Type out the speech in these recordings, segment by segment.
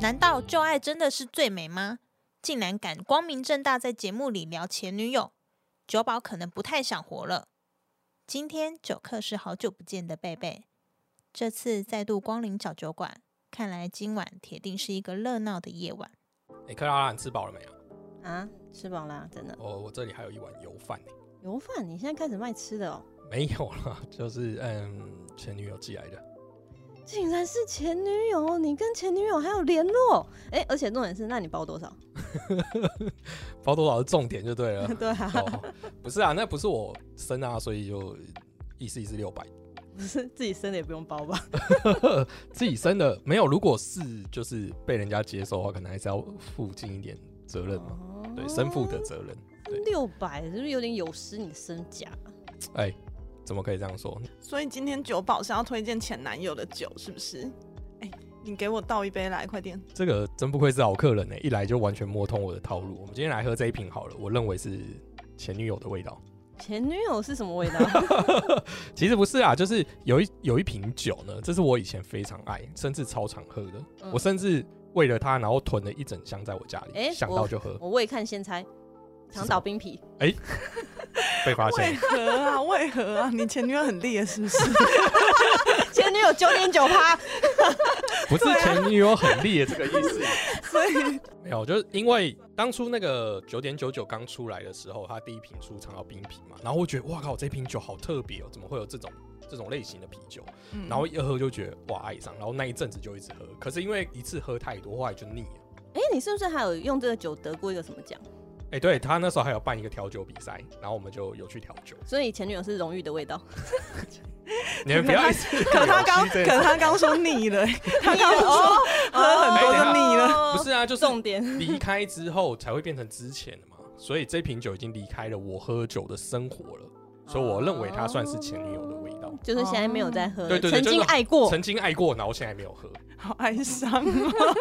难道旧爱真的是最美吗？竟然敢光明正大在节目里聊前女友，九宝可能不太想活了。今天九克是好久不见的贝贝，这次再度光临小酒馆，看来今晚铁定是一个热闹的夜晚。哎，克拉拉，你吃饱了没有？啊，吃饱啦，真的。我我这里还有一碗油饭、油饭，你现在开始卖吃的哦？没有啦，就是嗯，前女友寄来的。竟然是前女友，你跟前女友还有联络？哎、而且重点是，那你包多少？包多少是重点就对了。 对啊，哦，不是啊，那不是我生啊，所以就意思意思六百，不是自己生的也不用包吧？自己生的没有。如果是就是被人家接受的话，可能还是要负尽一点责任嘛，哦对，身负的责任。对六百是不是有点有失你的身价？哎，怎么可以这样说？所以今天酒保是要推荐前男友的酒，是不是？哎、你给我倒一杯来，快点！这个真不愧是好客人呢、欸一来就完全摸通我的套路。我们今天来喝这一瓶好了，我认为是前女友的味道。前女友是什么味道？ 其实不是啊，就是有一有一瓶酒呢，这是我以前非常爱，甚至超常喝的。嗯我甚至为了它，然后囤了一整箱在我家里，哎想到就喝，我未看先猜，长岛冰啤。被发为现。何 啊？为何啊？你前女友很烈是不是？ 前女友九点九趴，不是前女友很烈这个意思， 所以没有，就是因为当初那个九点九九刚出来的时候，它第一瓶出长岛冰啤嘛，然后我觉得哇靠，这瓶酒好特别哦，怎么会有这种这种类型的啤酒？嗯然后一喝就觉得哇爱上，然后那一阵子就一直喝，可是因为一次喝太多，后来就腻了。哎、你是不是还有用这个酒得过一个什么奖？哎、对他那时候还有办一个调酒比赛，然后我们就有去调酒。所以前女友是荣誉的味 道。你们不要一直可他扭刚，曲这可件事他刚说腻了、哎他刚说 喝很多就腻了。哦不是啊，就是重点。离开之后才会变成之前的嘛，所以这瓶酒已经离开了我喝酒的生活了，所以我认为它算是前女友的味道。就是现在没有在喝了，对对对哦曾就经是爱过，曾经爱过，然后现在没有喝，好哀伤哦。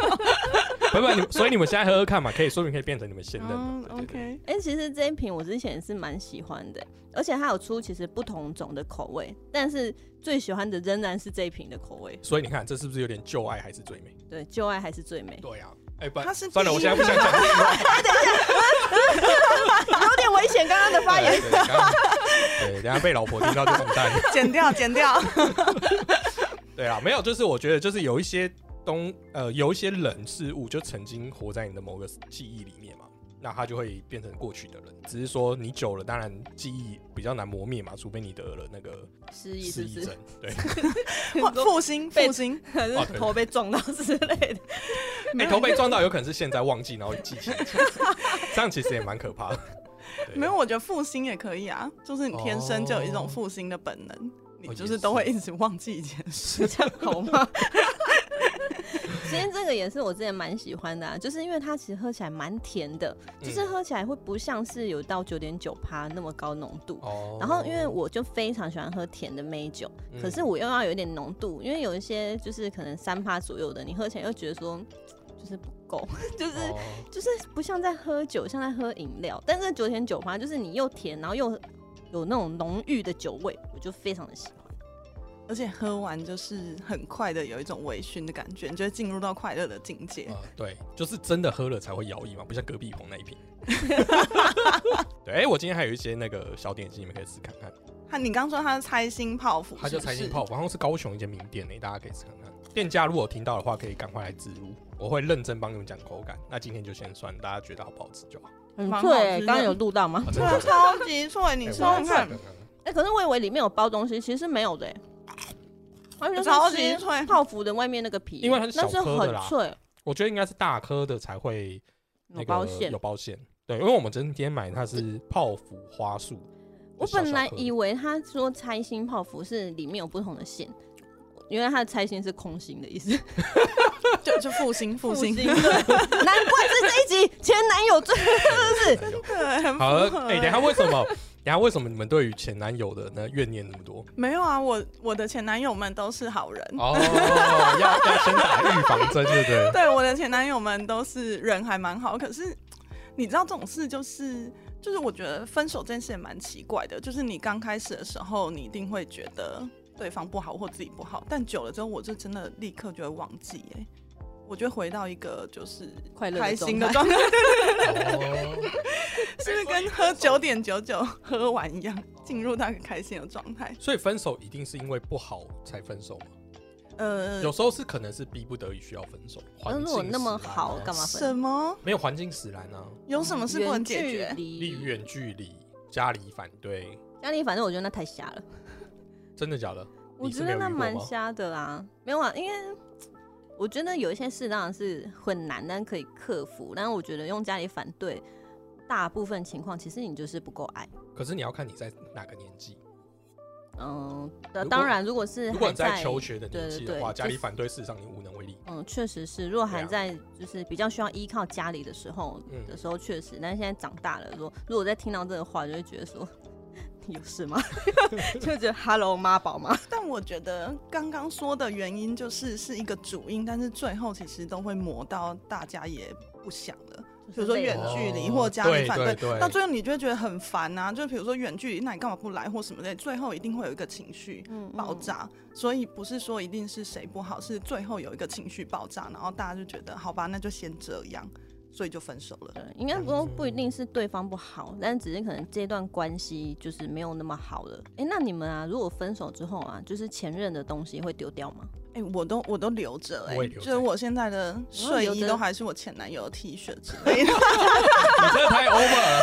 不不，你所以你们现在喝喝看嘛，可以说明可以变成你们现任嗯嘛。 对对对， OK，哎、其实这一瓶我之前是蛮喜欢的，而且它有出其实不同种的口味，但是最喜欢的仍然是这一瓶的口味。所以你看这是不是有点旧爱还是最美？对，旧爱还是最美，对啊，哎不他，是算了，第一我现在不想讲这个。有点危险。刚刚的发 言，对，刚刚对，等一下被老婆听到就完蛋。剪掉，剪掉。对啊，没有，就是我觉得就是有一些东呃，有一些人事物就曾经活在你的某个记忆里面嘛，那他就会变成过去的人。只是说你久了，当然记忆比较难磨灭嘛，除非你得了那个失忆失是不忆是症？。 对， 哇复兴，复兴，还哦是对头被撞到之类 的？哎、头被撞到有可能是现在忘记，然后记 起来，这样其实也蛮可怕的。对没有，，我觉得复兴也可以啊，就是你天生就有一哦种复兴的本能，哦你也就是是都会一直忘记一件事。这样好吗？ 其实这个也是我之前蛮喜欢的、啊，就是因为它其实喝起来蛮甜的，就是嗯喝起来会不像是有到九点九趴那么高浓度。哦然后因为我就非常喜欢喝甜的美酒，嗯可是我又要有一点浓度，因为有一些就是可能三趴左右的，你喝起来又觉得说就是不够， 就是、哦就是不像在喝酒，像在喝饮料。但是九点九趴就是你又甜，然后又有那种浓郁的酒味，我就非常的喜欢。而且喝完就是很快的有一种微醺的感觉，你就会进入到快乐的境界。啊、对，就是真的喝了才会摇椅嘛，不像隔壁棚那一 瓶。对，哎、我今天还有一些那个小点心，你们可以试看看。他你刚说他是猜心泡芙，它叫是不财是经泡，芙，好像是高雄一间名店呢、大家可以试看看。店家如果有听到的话，可以赶快来植入，我会认真帮你们讲口感。那今天就先算，大家觉得好不好吃就好。 很蛮好脆吃欸，的刚刚有录到吗？啊、真的对假啊，的超级脆，你吃看看， 哎、可是我以为里面有包东西，其实是没有的、欸。而且就是超级吃脆泡芙的外面那个皮，因为它是小那是颗的啦很脆，我觉得应该是大颗的才会那有个包馅有。包馅。对，因为我们今天买它是泡芙花束的我小小颗，本来以为他说猜心泡芙是里面有不同的馅，原来他的猜心是空心的意思。就就复兴 复兴，对，难怪是这一集前男友最哎呦对，很好了符，合哎、等一下为什么？ 等一下为什么你们对于前男友的那怨念那么多？没有啊，我我的前男友们都是好人，嗯 哦，要要先打预防针，对不对？对，我的前男友们都是人还蛮好，可是你知道这种事就是就是我觉得分手这件事也蛮奇怪的，就是你刚开始的时候，你一定会觉得对方不好或自己不好，但久了之后，我就真的立刻就会忘记、哎，我就回到一个就是快乐的开心的状状态，哦， 是不是跟喝九点九九 喝完一样，进入那个开心的状态？所以分手一定是因为不好才分手吗？呃，有时候是可能是逼不得已需要分手，环嗯境那如果那么使然啊好，干嘛什分？么？没有环境使然啊，有什么事不能解决远距？例如离？远距离，家里反对，家里反正我觉得那太瞎了，真的假的？我你是觉没得有那遇过蛮吗瞎的啦。没有啊，因为我觉得有一些事当然是很难，但可以克服。但是我觉得用家里反对，大部分情况其实你就是不够爱。可是你要看你在哪个年纪。嗯，如果当然，如果是如果还你在求学的年对纪对的话，对家里就是反对，事实上你无能为力。嗯，确实是。如果还对啊在就是比较需要依靠家里的时候嗯的时候，确实。但是现在长大了，如果如果再听到这个话，就会觉得说 有事吗？ 就觉得 Hello 妈宝吗？但我觉得刚刚说的原因就是是一个主因，但是最后其实都会磨到大家也不想了。比如说远距离哦或家里反对对对到最后你就会觉得很烦啊。就比如说远距离，那你干嘛不来或什么的，最后一定会有一个情绪嗯爆。炸。所以不是说一定是谁不好，是最后有一个情绪爆炸，然后大家就觉得好吧，那就先这样，所以就分手了。对，嗯应该不不一定是对方不好，但只是可能这段关系就是没有那么好了。哎、那你们啊，如果分手之后啊，就是前任的东西会丢掉吗？哎、我都我都留着哎、我也留着就是我现在的睡留衣着都还是我前男友的 T 恤之类的。 你真的太 over 了。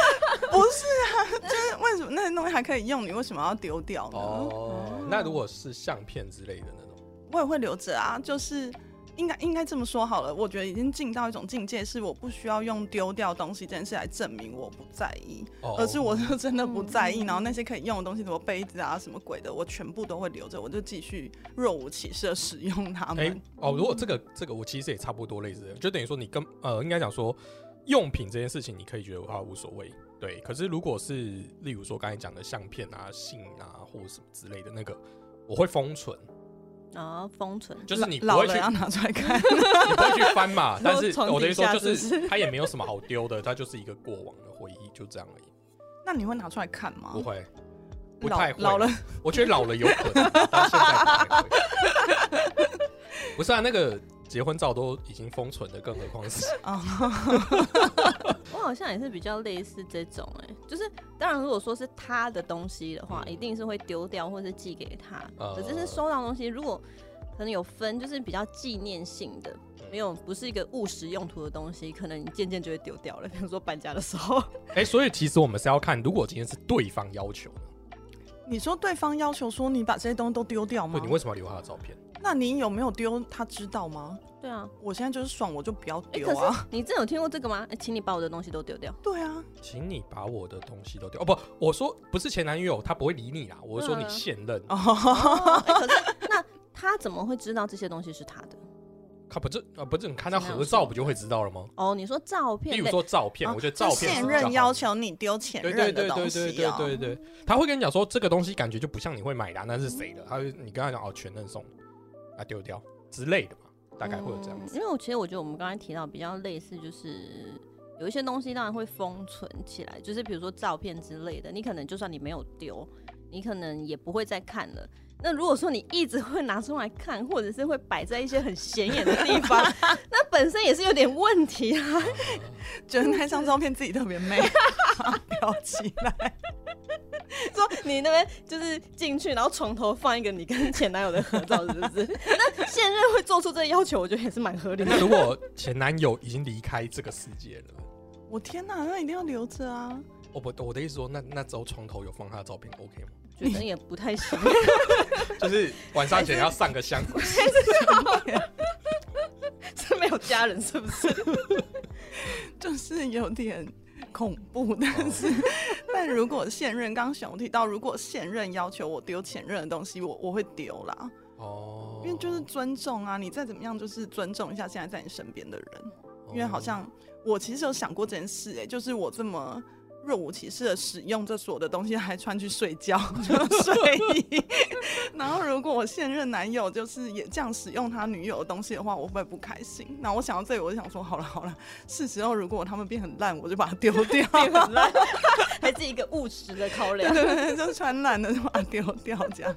不是啊，就是为什么那些东西还可以用，你为什么要丢掉嗯呢？哦，那如果是相片之类的那种，我也会留着啊，就是应该应该这么说好了。我觉得已经进到一种境界，是我不需要用丢掉东西这件事来证明我不在意，哦而是我就真的不在意。嗯然后那些可以用的东西，什么杯子啊、什么鬼的，我全部都会留着，我就继续若无其事的使用它哎、们。哦，如果这个这个我其实也差不多类似的，就等于说你跟呃，应该讲说用品这件事情，你可以觉得它无所谓，对。可是如果是例如说刚才讲的相片啊、信啊或者什么之类的那个，我会封存，然后封存，，就是你不老会了啊去要拿出来 看，你不会去翻嘛 但是从我的意底思说下就是不它也没有什么好丢的，它就是一个过往的回忆，就这样而已。那你会拿出来看吗？不会，不老太会哦老了，我觉得老了有可能，但现在不太会。 不是啊，那个结婚照都已经封存的，更何况是啊，我好像也是比较类似这种、哎，就是当然，如果说是他的东西的话，嗯一定是会丢掉或是寄给他。呃可是是收到的东西，如果可能有分，就是比较纪念性的，嗯没有不是一个务实用途的东西，可能你渐渐就会丢掉了。比如说搬家的 时候，哎、所以其实我们是要看，如果今天是对方要求的，你说对方要求说你把这些东西都丢掉吗对你？为什么要留他的照片？那你有没有丢？他知道吗？对啊。我现在就是爽，我就不要哎、丢可啊。是你真有听过这个吗？哎、请你把我的东西 都丢掉。对啊，请你把我的东西都丢哦！不，我说不是前男友，他不会理你啦。我是说你嗯现任，哦，哦哎可是那他怎么会知道这些东西是他的？他不是啊，不是你看到合照不就会知道了吗？哦，你说照片例类，如说照片，啊我觉得就照片是现比较任好要求你丢前对任对对的东对西、哦、对对对对，他会跟你讲说这个东西感觉就不像你会买的啊，那是谁的？他会你跟他讲哦，前任送的，啊丢掉之类的嘛，大概会有这样嗯子。因为我其实我觉得我们刚才提到比较类似，就是有一些东西当然会封存起来，就是比如说照片之类的，你可能就算你没有丢，你可能也不会再看了。那如果说你一直会拿出来看，或者是会摆在一些很显眼的地方，那本身也是有点问题啊。觉得那张照片自己特别美，飘起来。说你那边就是进去，然后床头放一个你跟前男友的合照，是不是？ 那现任会做出这个要求，我觉得也是蛮合理那的。如果前男友已经离开这个世界了，我天哪，那一定要留着啊！我哦不我的意思说，那那时候床头有放他的照片，OK 吗？ 觉得也不太行。 就是晚上前要上个香，是没有家人是不是？就是有点恐怖，但是、但如果现任，刚刚熊提到，如果现任要求我丢前任的东西，我我会丢啦，哦，因为就是尊重啊，你再怎么样就是尊重一下现在在你身边的人，因为好像我其实有想过这件事、欸，哎，就是我这么。若无其事的使用这所有的东西，还穿去睡觉， 就是睡衣。然后，如果我现任男友就是也这样使用他女友的东西的话，我会不会不开心？那我想到这里，我就想说，好了好了，是时候如果他们变很烂，我就把它丢掉。 还是一个务实的考对量。对对，就穿烂了就把它丢掉这样。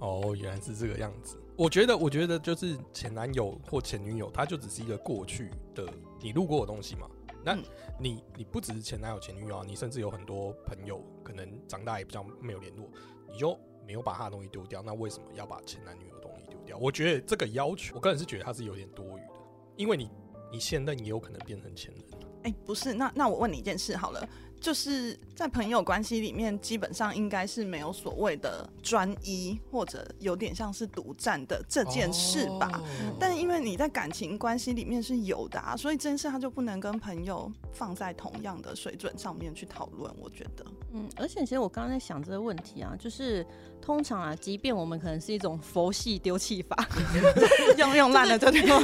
哦，原来是这个样子。我觉得，我觉得就是前男友或前女友，他就只是一个过去的你路过的东西嘛。那嗯你你不只是前男友、前女友啊，你甚至有很多朋友，可能长大也比较没有联络，你就没有把他的东西丢掉。那为什么要把前男女友的东西丢掉？我觉得这个要求，我个人是觉得他是有点多余的，因为你你现任也有可能变成前任。哎、不是，那那我问你一件事好了，就是在朋友关系里面，基本上应该是没有所谓的专一或者有点像是独占的这件事吧。哦但因为你在感情关系里面是有的、啊，所以这件事他就不能跟朋友放在同样的水准上面去讨论。我觉得，嗯，而且其实我刚刚在想这个问题啊，就是通常啊，即便我们可能是一种佛系丢弃法，用用烂了就丢掉。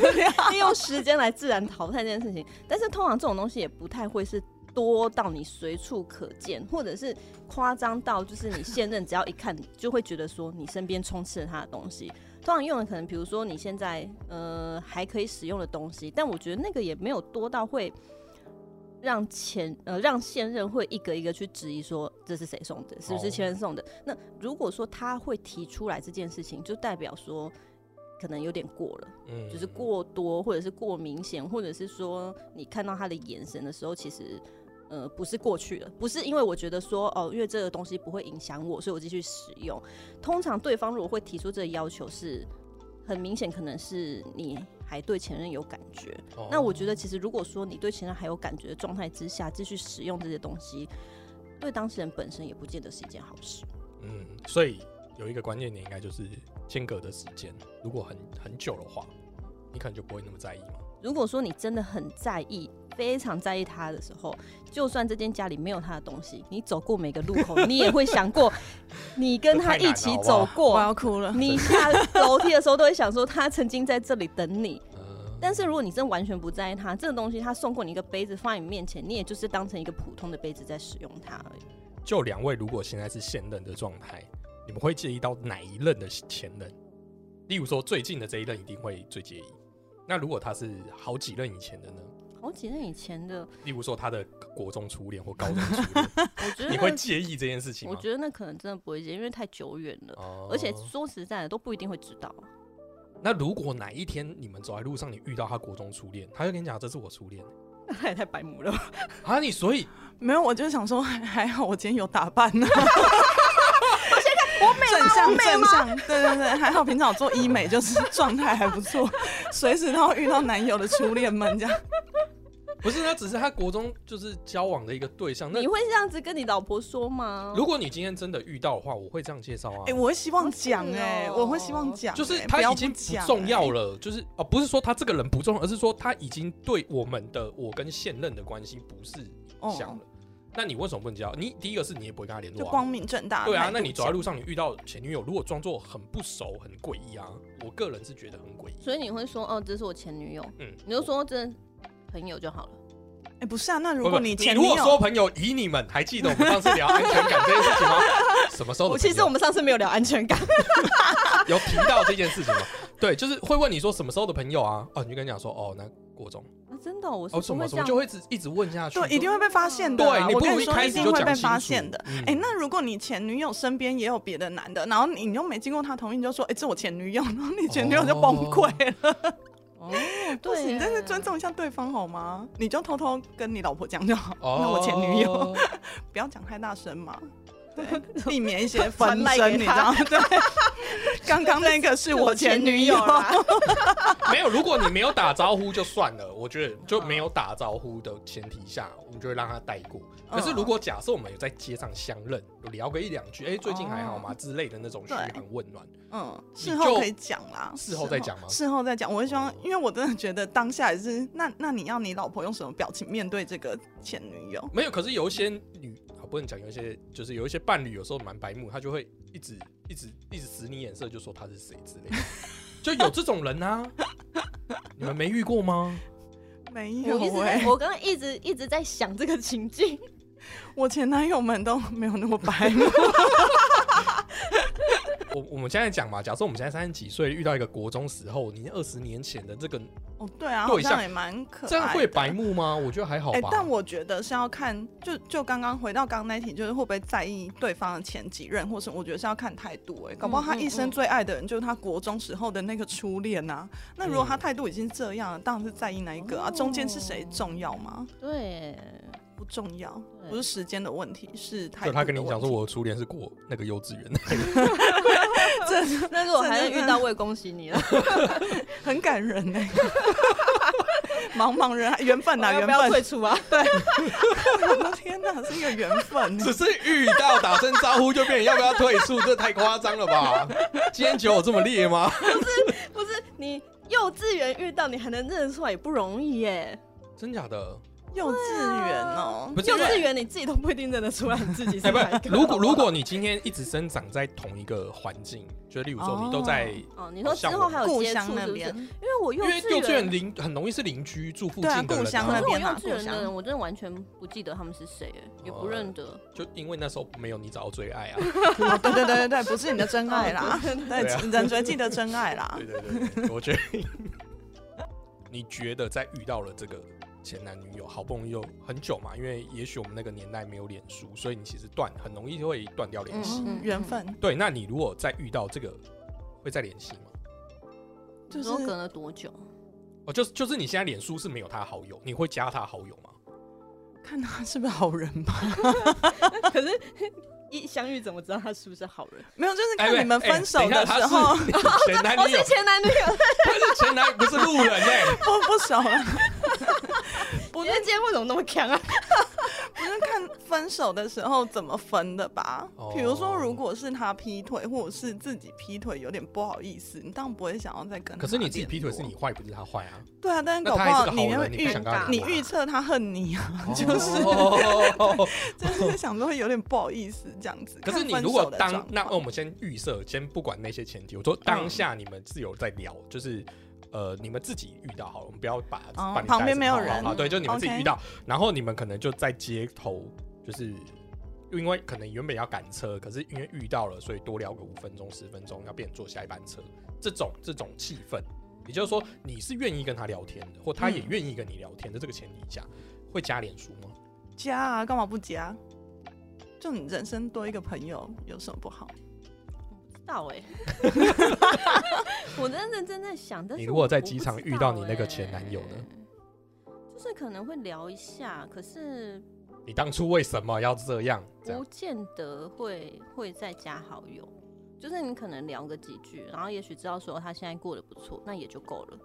利用时间来自然淘汰这件事情，但是通常这种东西也不太会是多到你随处可见，或者是夸张到就是你现任只要一看就会觉得说你身边充斥了他的东西。通常用的可能比如说你现在呃还可以使用的东西，但我觉得那个也没有多到会。让前呃让现任会一个一个去质疑说这是谁送的，是不哦是前任送的？那如果说他会提出来这件事情，就代表说可能有点过了。嗯就是过多，或者是过明显，或者是说你看到他的眼神的时候，其实呃不是过去了，不是因为我觉得说哦，因为这个东西不会影响我，所以我继续使用。通常对方如果会提出这个要求是，很明显可能是你还对前任有感觉。哦那我觉得其实如果说你对前任还有感觉的状态之下，继续使用这些东西。对当事人本身也不见得是一件好事。嗯，所以有一个关键点，应该就是间隔的时间。如果很很久的话，你可能就不会那么在意嘛。如果说你真的很在意，非常在意他的时候，就算这间家里没有他的东西，你走过每个路口，你也会想过，你跟他一起走我过，要哭了。你下楼梯的时候都会想说他曾经在这里等你。呃但是如果你真完全不在意他这个东西，他送过你一个杯子放在你面前，你也就是当成一个普通的杯子在使用它而已。就两位如果现在是现任的状态，你们会介意到哪一任的前任？例如说最近的这一任一定会最介意。那如果他是好几任以前的呢？好几任以前的，例如说他的国中初恋或高中初 恋，我觉得你会那介意这件事情我吗？觉得那可能真的不会接，因为太久远了，哦而且说实在的都不一定会知道。那如果哪一天你们走在路上，你遇到他国中初恋，他就跟你讲这是我初恋他也太白目了吧。啊，你所以没有，我就想说还 还好，我今天有打扮呢、我现在我美正向正向，对对对，还好平常我做医美，就是状态还不错， 随时都会遇到男友的初恋们这样。不是那只是他国中就是交往的一个对象。那你会这样子跟你老婆说吗？如果你今天真的遇到的话，我会这样介绍啊。哎、我会希望讲是哎、哦我会希望讲欸、就是不他要已经不讲欸不重要了，就是哦，不是说他这个人不重要，而是说他已经对我们的我跟现任的关系不是哎影响了。那你为什么不能交？你第一个是你也不会跟他联哦就络光啊。明正大的对啊，态度那你走在讲路上，你遇到前女友，如果装作很不熟、很诡异啊，我个人是觉得很诡异。所以你会说，哦，这是我前女友，嗯，你就说这朋友就好了。哎、不是啊，那不，如不果你前如女果说友，朋友以你们还记得我们上次聊安全感这件事情 吗？什么时候的朋友？们上次没有聊安 全感，有提到这件事情吗？对，就是会问你说什么时候的朋友啊？哦，你就跟你讲说哦，那国中啊真的，我是哦不什会么这什么，样。就会一直一直问下去，对，一定会被发现的啊、对，你我不跟如你一说，开一始定就会讲被清发楚现的。嗯哎、那如果你前女友身边也有别的男的，然后你又没经过他同意，你就说，哎、这我前女友，然后你前女友就崩溃 了。哦，不行，对，啊你真是尊。重一下对方好吗？ 你就偷偷跟你老婆讲就好。那我前女友不要讲太大声嘛。避免一些传纷赖争，给你知他道吗？ 对，刚刚那个是我前女友啦啦，没有，如果你没有打招呼就算了，我觉得就没有打招呼的前提下，我们就会让他带过。可是如果假设我们有在街上相认，有聊个一两句，哎、最近还好吗之类的那种嘘对寒问暖，嗯，你事后就可以讲啦，事后再讲吗哦事后再讲，我会希望，因为我真的觉得当下也是，那那你要你老婆用什么表情面对这个前女友？没有。可是有一些女，好不能讲，有一些就是有一些伴侣有时候蛮白目，他就会一直一直一直使你眼色，就说他是谁之 类的，就有这种人啊。你们没遇过吗？没有啊 我一直哎、在，我刚刚一直一直在想这个情 境，我前男友们都没有那么 白目，我我们现在讲嘛，假设我们现在三十几岁，遇到一个国中时候，你二十年前的这个，哦，对啊，好对像像也蛮可爱的。这样会白目吗？我觉得还好吧。哎、但我觉得是要看，就就刚刚回到刚刚那一题，就是会不会在意对方的前几任，或是我觉得是要看态度、哎，搞不好他嗯嗯一生最爱的人就是他国中时候的那个初恋啊。嗯那如果他态度已经这样了，当然是在意那一个啊。哦中间是谁重要吗？对，不重要，对不是时间的问题，是态就度。他跟你讲说，，我的初恋是过那个幼稚园， 那如果还能遇到，我也恭 喜你了。很感人哎、 茫茫人海，缘分啊，我要缘不要退分！出啊？我的 天哪，是一个缘分、只是遇到打声招呼就变成要不要退出，这太夸张了吧？今天酒有这么烈吗？不是你幼稚园遇到你还能认得出来也不容易耶。真假的？幼稚园哦、不是幼因为稚园你自己都不一定认得出来你自己是哎，哪不一个。是，如果如果你今天一直生长在同一个环境，就例如说哦你都在，哦，你说之后还有故接乡触那是不是？边，因为我幼因为稚幼稚园园，邻很容易是邻居住附对啊近的故人乡啊那可是，我边幼嘛稚园故的人，乡我真的完全不记得他们是谁耶，也哦不认得。就因为那时候没有你找到最爱 啊。哦对对对对对，不是你的真 爱啦，哦对对啊，人只会记得真爱啦对。对对对，我觉得你觉得在遇到了这个前男女友，好不容易又很久嘛，因为也许我们那个年代没有脸书，所以你其实断很容易就会断掉联系。嗯嗯缘分对，那你如果再遇到这个，会再联系吗？就是说隔了多久？哦，就是就是你现在脸书是没有他好友，你会加他好友吗？看他是不是好人吧， 可是一相遇怎么知道他是不是好人？没有，就是哎看喂你们哎分手等一下的他时是候，哎 你 前男我女友哦是，前男女友，他是前男不是路人哎、不哦不熟啊了，我觉得节目怎么那么强啊？不是看分手的时候怎么分的吧哦？比如说，如果是他劈腿，或者是自己劈腿，有点不好意思，你当然不会想要再跟。可是你自己劈腿是你，坏，不是他坏啊？对啊，但是那搞不他还是好个好你会人，你预不想跟他打你联络啊预测他恨你啊，就是。哦就是想说会有点不好意思这样子。可是你看分如果手的当状那况嗯我们先预设，先不管那些前提，我说当下你们是有在聊，就是呃你们自己遇到好了，我们不要把、哦把你旁带边着没有跑好人好对，就你们自己 OK 遇到，然后你们可能就在街头，就是因为可能原本要赶车，可是因为遇到了，所以多聊个五分钟十分钟，要变坐下一班车，这种这种气氛，也就是说你是愿意跟他聊天的，或他也嗯愿意跟你聊天的这个前提下，会加脸书吗？加啊，干嘛不加？就你人生多一个朋友有什么不好？到 哎、我真的认真在想，但是你如果我在我机不场知遇到道你那个欸前男友呢？就是可能会聊一下，可是你当初为什么要这样？这样不见得会会再加好友。就是你可能聊个几句，然后也许知道说他现在过得不错，那也就够了。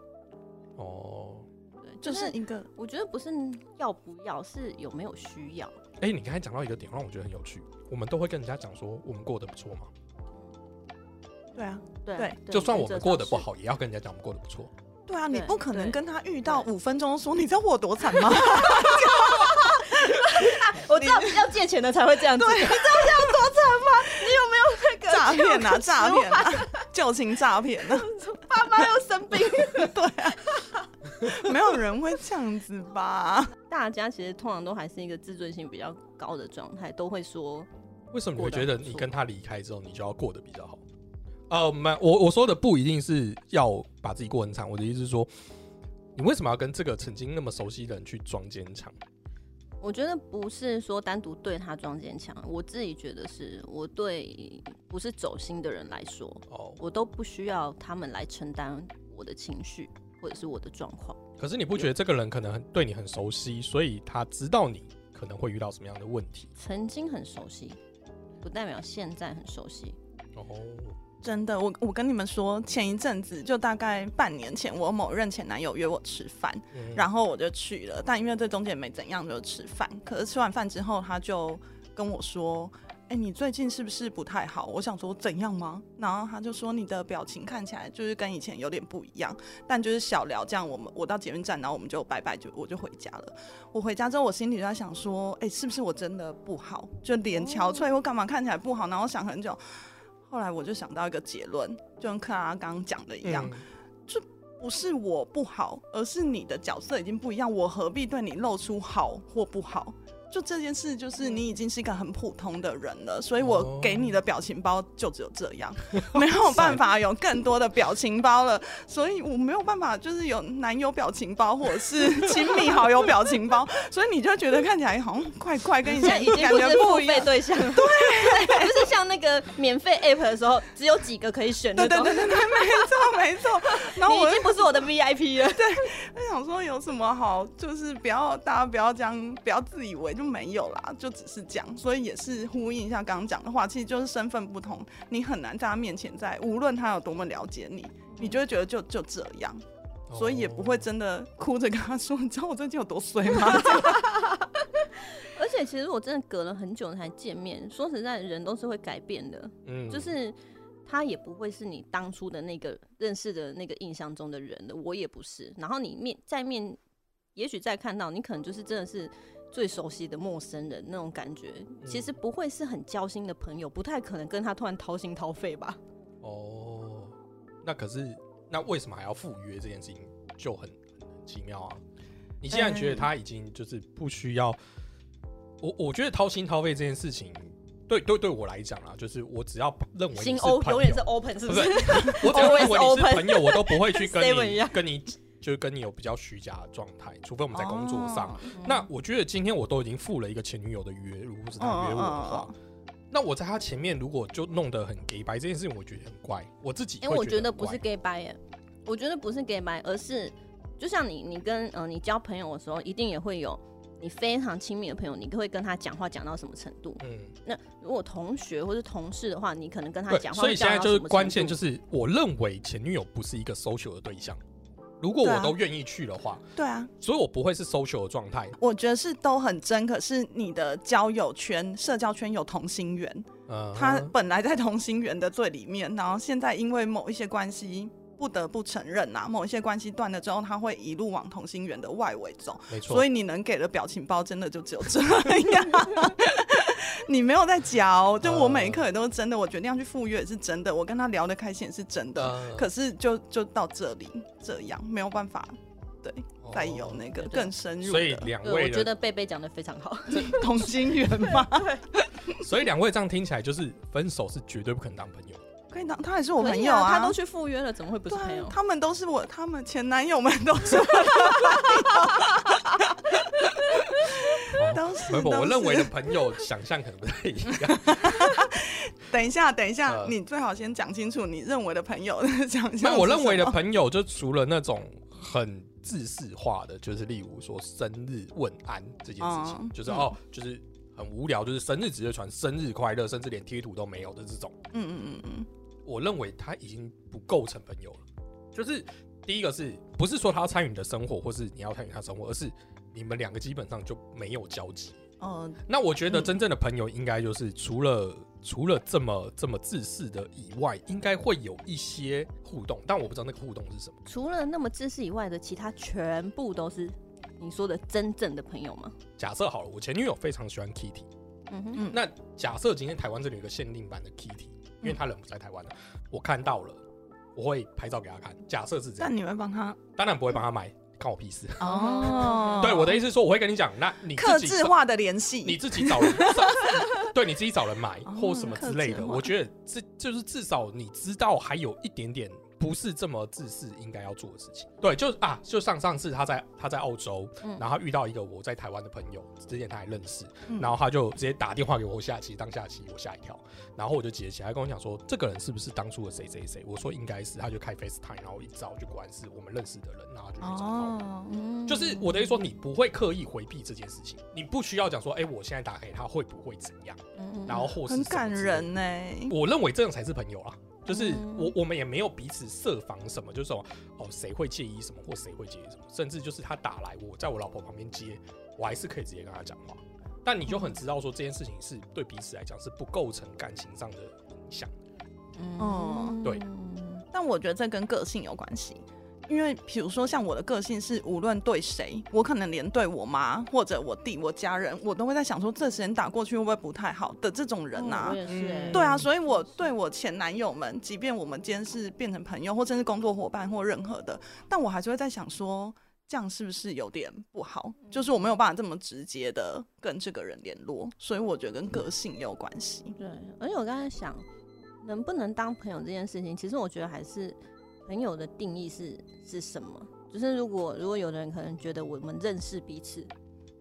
哦。对，就是一个我觉得不是要不要，是有没有需要。哎、你刚才讲到一个点，让我觉得很有趣。我们都会跟人家讲说，我们过得不错嘛，对啊，对啊对就算我们过得不，觉 好，也要跟人家讲我们过得不错。对啊，你对不可能对跟他遇到五分钟说你知道我多惨 吗？得这样是我知道要借钱的才会这样子。啊你知道要多惨吗？诈你有没有那个骗啊，诈骗啊，旧情诈骗啊， 爸妈又生 病？没有人会这样子吧？ 大家其实通常都还是一个自尊心比较高的状态，都会说为什么你会过得觉得不你错跟他离开之后，你就要过得比较好？呃，没，我我说的不一定是要把自己过很惨，我的意思是说，你为什么要跟这个曾经那么熟悉的人去装坚强？我觉得不是说单独对他装坚强，我自己觉得是我对不是走心的人来说，哦，我都不需要他们来承担我的情绪或者是我的状况。可是你不觉得这个人可能很对你很熟悉，所以他知道你可能会遇到什么样的问题？曾经很熟悉，不代表现在很熟悉。哦，真的，我我跟你们说，前一阵子就大概半年前，我某任前男友约我吃饭，嗯然后我就去了，但因为这中间也没怎样，就吃饭。可是吃完饭之后，他就跟我说：“哎、你最近是不是不太好？”我想说怎样吗？然后他就说你的表情看起来就是跟以前有点不一样，但就是小聊这样。我们我到捷运站，然后我们就拜拜，就我就回家了。我回家之后，我心里就在想说：“哎、是不是我真的不好？就脸憔悴或干嘛看起来不好？”然后想很久。后来我就想到一个结论，就跟克拉拉刚刚讲的一样，嗯不是我不好，而是你的角色已经不一样，我何必对你露出好或不好？就这件事，就是你已经是一个很普通的人了，所以我给你的表情包就只有这样，没有办法有更多的表情包了，所以我没有办法就是有男友表情包或者是亲密好友表情包，所以你就觉得看起来好像怪怪，跟以现在前 已经感不觉是付一费样。对象了，对， 不是像那个免费 app 的时候，只有几个可以选对那对种。对对对，没错没错。然后你我已就经不是我的 VIP 了。我想说有什么好，就是不要大家不要这样，不要自以为就没有啦，就只是这样。所以也是呼应一下刚刚讲的话，其实就是身份不同，你很难在他面前在，无论他有多么了解你，你就会觉得就就这样，哦所以也不会真的哭着跟他说，你知道我最近有多衰吗？而且其实我真的隔了很久才见面，说实在，人都是会改变的，嗯就是他也不会是你当初的那个认识的那个印象中的人了，我也不是。然后你面再面，也许再看到你，可能就是真的是。最熟悉的陌生人那种感觉，其实不会是很交心的朋友，不太可能跟他突然掏心掏肺吧？哦，那可是那为什么还要赴约这件事情就很很奇妙啊？你既然觉得他已经就是不需要，我我觉得掏心掏肺这件事情，对对对我来讲啊，就是我只要认为你心是 O 朋永远友是 open，是不不是 是？我只要认 Always 为你是 open 朋友，我都不会去 跟 Seven 一你样跟你就是跟你有比较虚假的状态，除非 我们在工作上。哦那我觉得今天我都已经付了一个前女友的约，如哦果是她嗯约我的话，那我在她前面如果就弄得很 gay 白这件事情，我觉得很怪，我自己因会为我觉觉得得不是很怪 gay bye，耶我觉得不是 gay bye，而是就像你，你跟呃你交朋友的时候，一定也会有你非常亲密的朋友，你会跟他讲话讲到什么程度？嗯，那如果同学或是同事的话，你可能跟他对，讲话所会以现讲到在什么程就度，是关键，就是我认为前女友不是一个 social 的对象。如果对啊我都愿意去的话，对啊，所以我不会是 social 的状态。我觉得是都很真，可是你的交友圈、社交圈有同心圆，嗯，他本来在同心圆的最里面，然后现在因为某一些关系不得不承认啊，某一些关系断了之后，他会一路往同心圆的外围走。没错，所以你能给的表情包真的就只有这样， 你没有在嚼。就我每一刻也都是真的，我决定要去赴约也是真的，我跟他聊得开心也是真的。嗯可是就就到这里这样，没有办法再有那个对更深入哦所以的两对，位我觉的得贝贝讲的非常 好， 同心圆嘛。嗯所以两位这样听起来，就是分手是绝对不可能当 朋友的。 可以当，他还是我朋可以啊友啊他都去赴约了，怎么会不是对啊朋友？他们都是我，他们前男友们都 是我的朋友，都是。不不，都哦我是认为的朋友想象可能不太一样。等一下，等一下，呃你最好先讲清楚你认为的朋友 讲清楚。那我认为的朋友，就除了那种很自式化的，就是例如说生日问安这件事情，嗯就是嗯哦，就是很无聊，就是生日直接传生日快乐，甚至连贴图都没有的这种，嗯嗯嗯嗯，我认为他已经不构成朋友了。就是第一个是不是说他要参与你的生活，或是你要参与他生活，而是你们两个基本上就没有交集。呃哦、嗯那我觉得真正的朋友应该就是除了、除了这么这么自私的以外，应该会有一些互动，但我不知道那个互动是什么。除了那么自私以外的，其他全部都是你说的真正的朋友吗？假设好了，我前女友非常喜欢 Kitty，嗯哼，嗯那假设今天台湾这里有一个限定版的 Kitty，因为她人不在台湾了，我看到了，我会拍照给她看。假设是这样但，你会帮他当然不会帮她买，看我屁事。嗯哦对，我的意思是说，我会跟你讲，那你克自己制找化的联系，你自己找 人，对，你自己找人买哦或什么之类克制的。化我觉得这就是至少你知道还有一点点不是这么自私应该要做的事情。对，就啊，就上上次他在他在澳洲，嗯然后他遇到一个我在台湾的朋友，之前他还认识，嗯然后他就直接打电话给我下棋，当下棋我吓一跳，然后我就接起来，他跟我讲说这个人是不是当初的谁谁谁？我说应该是，他就开 FaceTime，然后一找就果然是我们认识的人，然后他就去找他。哦，嗯就是我的意思说，你不会刻意回避这件事情，你不需要讲说，哎、我现在打给他会不会怎样，嗯然后或是什很么感之类的人欸呢、我认为这样才是朋友啊，就是嗯我我们也没有彼此设防什么，就是说哦谁会介意什么或谁会介意什么，甚至就是他打来，我在我老婆旁边接，我还是可以直接跟他讲话。但你就很知道说这件事情是对彼此来讲是不构成感情上的影响。哦对但我觉得这跟个性有关系，因为比如说像我的个性是，无论对谁，我可能连对我妈或者我弟、我家人，我都会在想说，这时间打过去会不会不太好的这种人哦呐、我也是欸嗯对啊，所以我对我前男友们，即便我们今天是变成朋友，或甚至工作伙伴或任何的，但我还是会在想说，这样是不是有点不好？就是我没有办法这么直接的跟这个人联络，所以我觉得跟个性也有关系。对，而且我刚才想，能不能当朋友这件事情，其实我觉得还是朋友的定义是是什么？就是如果如果有的人可能觉得我们认识彼此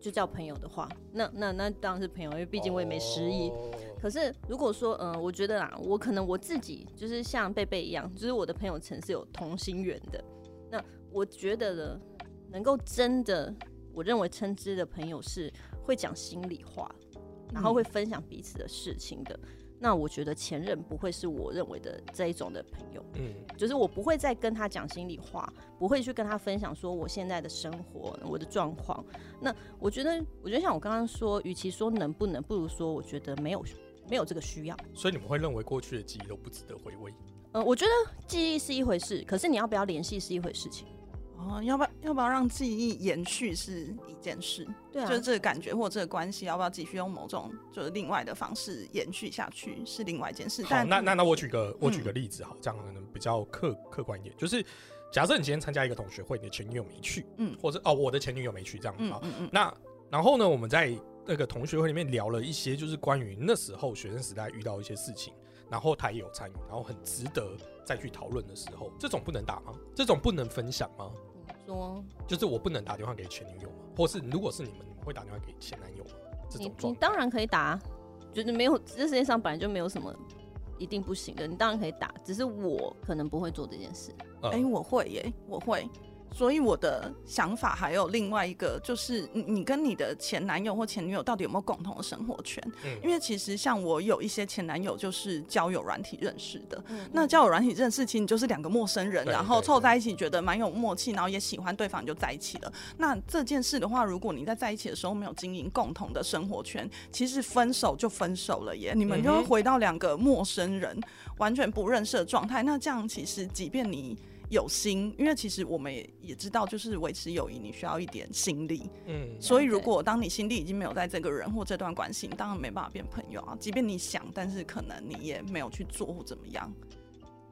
就叫朋友的话，那那那当然是朋友，因为毕竟我也没失忆。哦可是如果说，嗯、我觉得啦，我可能我自己就是像贝贝一样，就是我的朋友层是有同心圆的。那我觉得呢，能够真的，我认为称之的朋友是会讲心里话，然后会分享彼此的事情的。那我觉得前任不会是我认为的这一种的朋友。嗯，就是我不会再跟他讲心里话，不会去跟他分享说我现在的生活、我的状况。那我觉得，我觉得像我刚刚说，与其说能不能，不如说我觉得没有没有这个需要。所以你们会认为过去的记忆都不值得回味。呃，我觉得记忆是一回事，可是你要不要联系是一回事情。哦，要不要要不要让记忆延续是一件事，对啊就是这个感觉或这个关系，要不要继续用某种就是另外的方式延续下去是另外一件事。好，但那那那我举个我举嗯个例子好，这样可能比较客客观一点，就是假设你今天参加一个同学会，你的前女友没去，嗯或者哦我的前女友没去这样啊、嗯嗯嗯，那然后呢，我们在那个同学会里面聊了一些，就是关于那时候学生时代遇到一些事情，然后他也有参与，然后很值得再去讨论的时候，这种不能打吗？这种不能分享吗？说就是我不能打电话给前女友吗？或是如果是你们，你们会打电话给前男友吗？这你种状你态当然可以打啊，就是没有这世界上本来就没有什么一定不行的，你当然可以打，只是我可能不会做这件事。呃哎、我会耶，我会。所以我的想法还有另外一个，就是你你跟你的前男友或前女友到底有没有共同的生活圈？嗯因为其实像我有一些前男友就是交友软体认识的，嗯那交友软体认识，其实你就是两个陌生人，对然后对凑对在一起，觉得蛮有默契，然后也喜欢对方，你就在一起了。那这件事的话，如果你在在一起的时候没有经营共同的生活圈，其实分手就分手了耶，你们就嗯会哼回到两个陌生人、完全不认识的状态。那这样其实，即便你。有心，因为其实我们也也知道，就是维持友谊，你需要一点心力。嗯所以，了解如果当你心力已经没有在这个人或这段关系，你当然没办法变朋友啊。即便你想，但是可能你也没有去做或怎么样，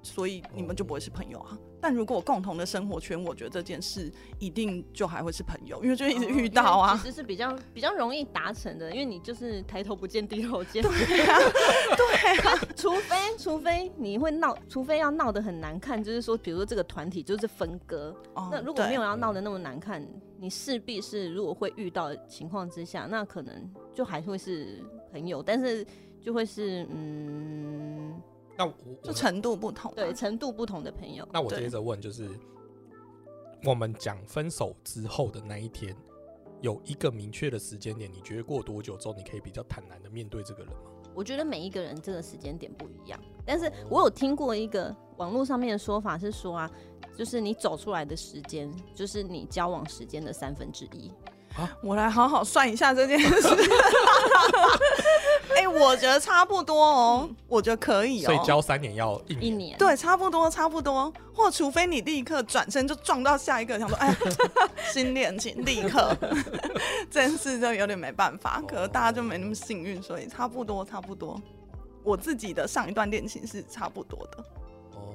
所以你们就不会是朋友啊。但如果有共同的生活圈，我觉得这件事一定就还会是朋友，因为就一直遇到哦因为啊。其实是比较比较容易达成的，因为你就是抬头不见低头见，对 啊，除非除非你会闹，除非要闹得很难看，就是说，比如说这个团体就是分割，哦那如果没有对要闹得那么难看，你势必是如果会遇到的情况之下，那可能就还会是朋友，但是就会是嗯，那我就程度不同、啊，对，程度不同的朋友。那我对接着问，就是我们讲分手之后的那一天，有一个明确的时间点，你觉得过多久之后，你可以比较坦然的面对这个人吗？我觉得每一个人这个时间点不一样，但是我有听过一个网络上面的说法是说啊，就是你走出来的时间，就是你交往时间的三分之一。我来好好算一下这件事。 哎、我觉得差不多哦，嗯我觉得可以哦。所以交三年要一年，一年，对，差不多，差不多。或除非你立刻转身就撞到下一个，想说，哎 呀，新恋情立刻， 这件事就有点没办法。可是大家就没那么幸运，所以差不多，差不多。我自己的上一段恋情是差不多的，哦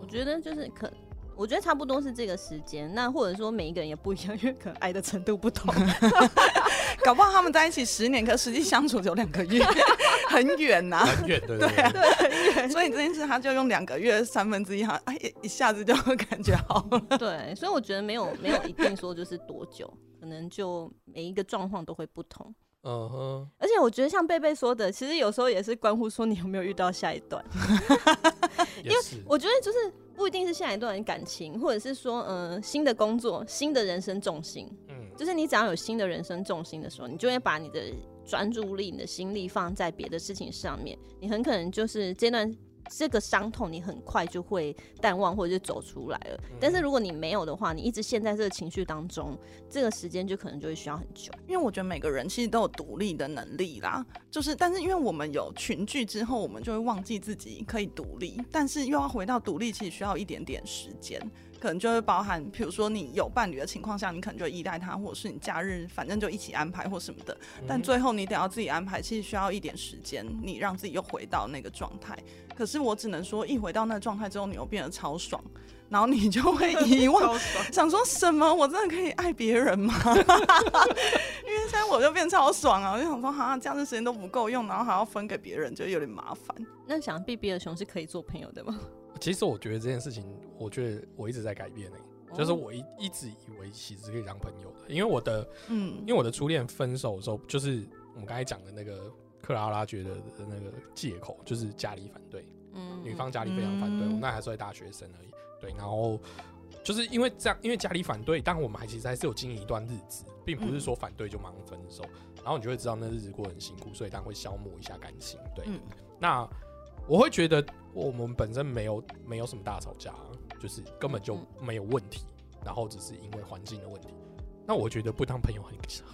我，觉得就是可，我觉得差不多是这个时间。那或者说每一个人也不一样，因为可能爱的程度不同。 搞不好他们在一起十年，可实际相处只有两个月， 很远呐、很远，对对对 啊对。所以这件事他就用两个月三分之一，好像哎一一下子就感觉好了。对，所以我觉得没有没有一定说就是多久，可能就每一个状况都会不同。嗯哼，而且我觉得像贝贝说的，其实有时候也是关乎说你有没有遇到下一段。也是。我觉得就是不一定是下一段啊感情，或者是说，嗯、新的工作、新的人生重心，嗯就是你只要有新的人生重心的时候，你就会把你的专注力、你的心力放在别的事情上面，你很可能就是这段。这个伤痛你很快就会淡忘，或者就走出来了。但是如果你没有的话，你一直陷在这个情绪当中，这个时间就可能就会需要很久。，因为我觉得每个人其实都有独立的能力啦，就是但是因为我们有群聚之后，我们就会忘记自己可以独立，但是又要回到独立，其实需要一点点时间，可能就会包含，比如说你有伴侣的情况下，你可能就依赖他，或者是你假日反正就一起安排或什么的，嗯但最后你得要自己安排，其实需要一点时间，你让自己又回到那个状态。可是我只能说，一回到那个状态之后，你又变得超爽，然后你就会遗忘爽想说什么？我真的可以爱别人吗？ 因为现在我就变超爽啊，我就想说，好像这样的时间都不够用，然后还要分给别人，觉得有点麻烦。那想必比尔熊是可以做朋友的 吗？其实我觉得这件事情，我觉得我一直在改变呢、欸就是我一一直以为其实可以当朋友的，因为我的嗯因，为我的初恋分手的时候，就是我们刚才讲的那个克拉拉觉得的那个借口，就是家里反对，嗯女方家里非常反对，嗯我那还是大学生而已。对，然后就是因为这样，因为家里反对，但我们还其实还是有经营一段日子，并不嗯是说反对就马上分手。然后你就会知道那日子过得很辛苦，所以当然会消磨一下感情。对，嗯那我会觉得我们本身没有没有什么大吵架啊，就是根本就没有问题，然后只是因为环境的问题。那我觉得不当朋友很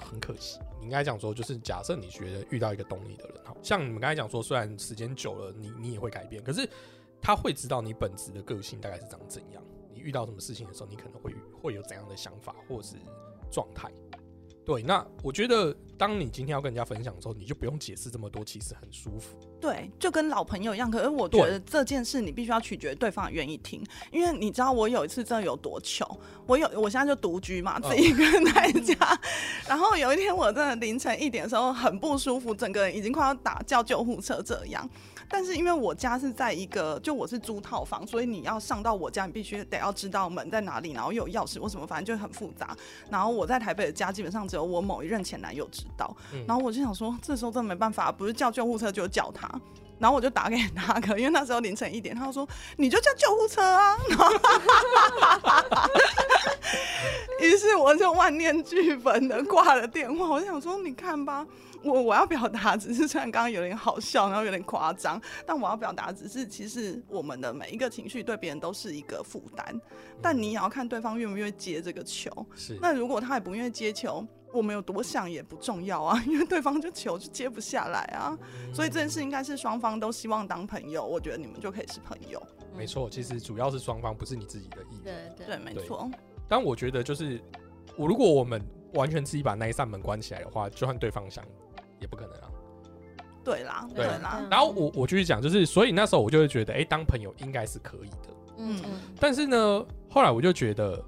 很可惜。你应该讲说，就是假设你觉得遇到一个懂你的人，好像你们刚才讲说，虽然时间久了，你你也会改变，可是他会知道你本质的个性大概是长怎样。你遇到什么事情的时候，你可能会会有怎样的想法或是状态。对，那我觉得当你今天要跟人家分享的时候，你就不用解释这么多，其实很舒服。对，就跟老朋友一样。可是我觉对得这件事你必须要取决对方愿意听，因为你知道我有一次真的有多糗，我有我现在就独居嘛，自己一个人在家，然后有一天我真的凌晨一点的时候很不舒服，整个人已经快要打叫救护车这样。但是因为我家是在一个，就我是租套房，所以你要上到我家，你必须得要知道门在哪里，然后又有钥匙或什么，反正就很复杂。然后我在台北的家基本上只有我某一任前男友知道，嗯然后我就想说，这时候真的没办法，不是叫救护车就是叫他。然后我就打给他，可因为那时候凌晨一点，他就说你就叫救护车啊。然后 于是我就万念俱焚的挂了电话。我就想说，你看吧，我我要表达只是虽然刚刚有点好笑，然后有点夸张，但我要表达只是其实我们的每一个情绪对别人都是一个负担，但你也要看对方愿不愿意接这个球。是那如果他也不愿意接球，我们有多想也不重要啊， 因为对方就球就接不下来啊。所以这件事应该是双方都希望当朋友，我觉得你们就可以是朋友。没错，其实嗯主要是双方，不是你自己的意愿。嗯对对对，没错。但我觉得就是，我如果我们完全自己把那一扇门关起来的话，就算对方想，也不可能啊。对啦，对嗯啦，然后我我继续讲，就是所以那时候我就会觉得，哎、当朋友应该是可以的。嗯嗯嗯但是呢，后来我就觉得，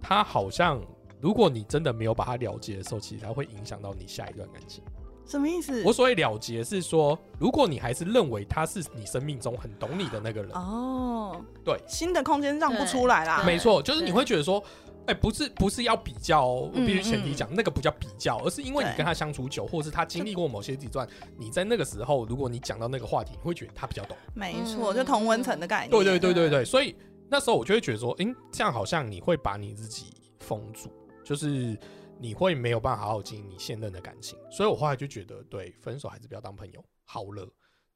他好像如果你真的没有把他了结的时候，其实他会影响到你下一段感情。什么意思？我所谓了结是说，如果你还是认为他是你生命中很懂你的那个人，哦，对，新的空间让不出来啦对。没错，就是你对会觉得说，哎、不是不是要比较哦，我嗯必须前提讲、那个不叫比较，而是因为你对跟他相处久，或者是他经历过某些阶段，你在那个时候，如果你讲到那个话题，你会觉得他比较懂。没错，嗯就同温层的概念。对对对对对对，所以那时候我就会觉得说，嗯，这样好像你会把你自己封住，就是你会没有办法好好经营你现任的感情。所以我后来就觉得，对，分手还是不要当朋友好了。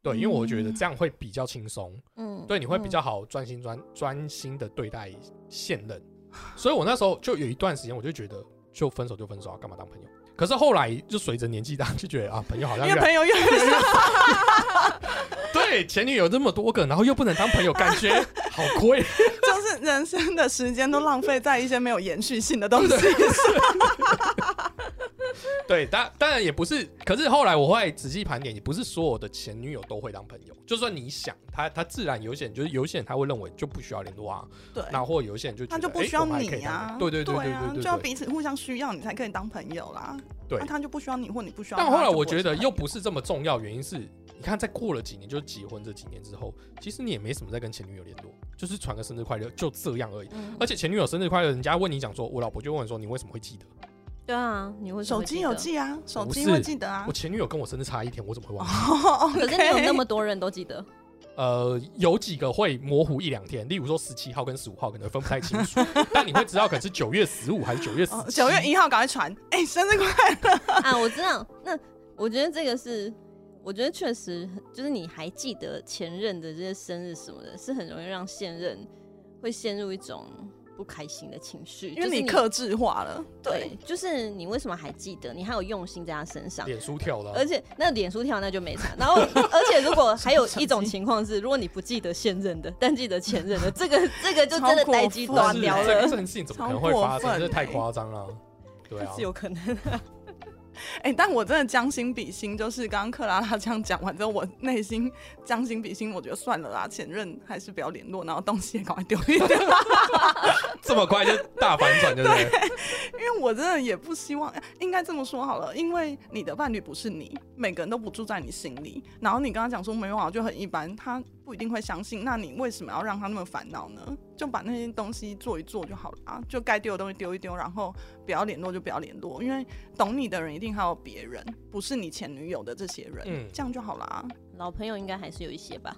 对，因为我觉嗯得这样会比较轻松，嗯对，你会比较好专心专专心的对待现任。所以我那时候就有一段时间，我就觉得就分手就分手啊，干嘛当朋友？可是后来就随着年纪大，就觉得啊，朋友好像因越为来朋友越来越少，对前女友这么多个，然后又不能当朋友，感 觉好亏。 就是人生的时间都浪费在一些没有延续性的东西。对，当当然也不是，可是后来我会仔细盘点，也不是所有的前女友都会当朋友。就算你想他，他自然有一些人就是有一些人他会认为就不需要联络啊，对，那或有一些人就觉得 他就不诶需要哎我们还可以你当啊，对对对对啊对，对就要对彼此互相需要，你才可以当朋友啦。对那他就不需要你，或你不需要他。但后来就不我会觉是得朋又友不是这么重要，原因是你看，在过了几年，就是结婚这几年之后，其实你也没什么在跟前女友联络，就是传个生日快乐，就这样而已。嗯而且前女友生日快乐，人家问你讲说，我老婆就问说你为什么会记得？对啊，你会手机有，记啊，手不机是会记得啊我。前女友跟我生日差一天，我怎么会 忘记？ 可是你有那么多人都记得， 呃，有几个会模糊一两天，例如说十七号跟十五号可能分不太清 楚，但你会知道可能是九月十五还是九月十哦七、九月一号赶快传，哎、生日快啊，我知道。那我觉得这个是，我觉得确实就是你还记得前任的这些生日什么的，是很容易让现任会陷入一种不开心的情绪，因就是为你克制化了，对，对，就是你为什么还记得？你还有用心在他身上。脸书跳的呃啊、而且那脸书跳那就没啥，然 后而且如果还有一种情况是，如果你不记得现任的，但记得前任的，这个这个就真的超过分待机不断是掉这了这，件事情怎么可能会发超过生？分这太欸夸张了。对啊是，有可能。哎、但我真的将心比心，就是刚刚克拉拉这样讲完之后，我内心将心比心，我觉得算了啦，前任还是不要联络，然后东西也赶快丢一丢，这么快就大反转，对 不对？因为我真的也不希望，应该这么说好了，因为你的伴侣不是你，每个人都不住在你心里，然后你跟他讲说没有啊，就很一般，他不一定会相信，那你为什么要让他那么烦恼呢？就把那些东西做一做就好了啊，就该丢的东西丢一丢，然后不要联络就不要联络，因为懂你的人一定还有别人，不是你前女友的这些人，嗯这样就好了啊。老朋友应该还是有一些吧，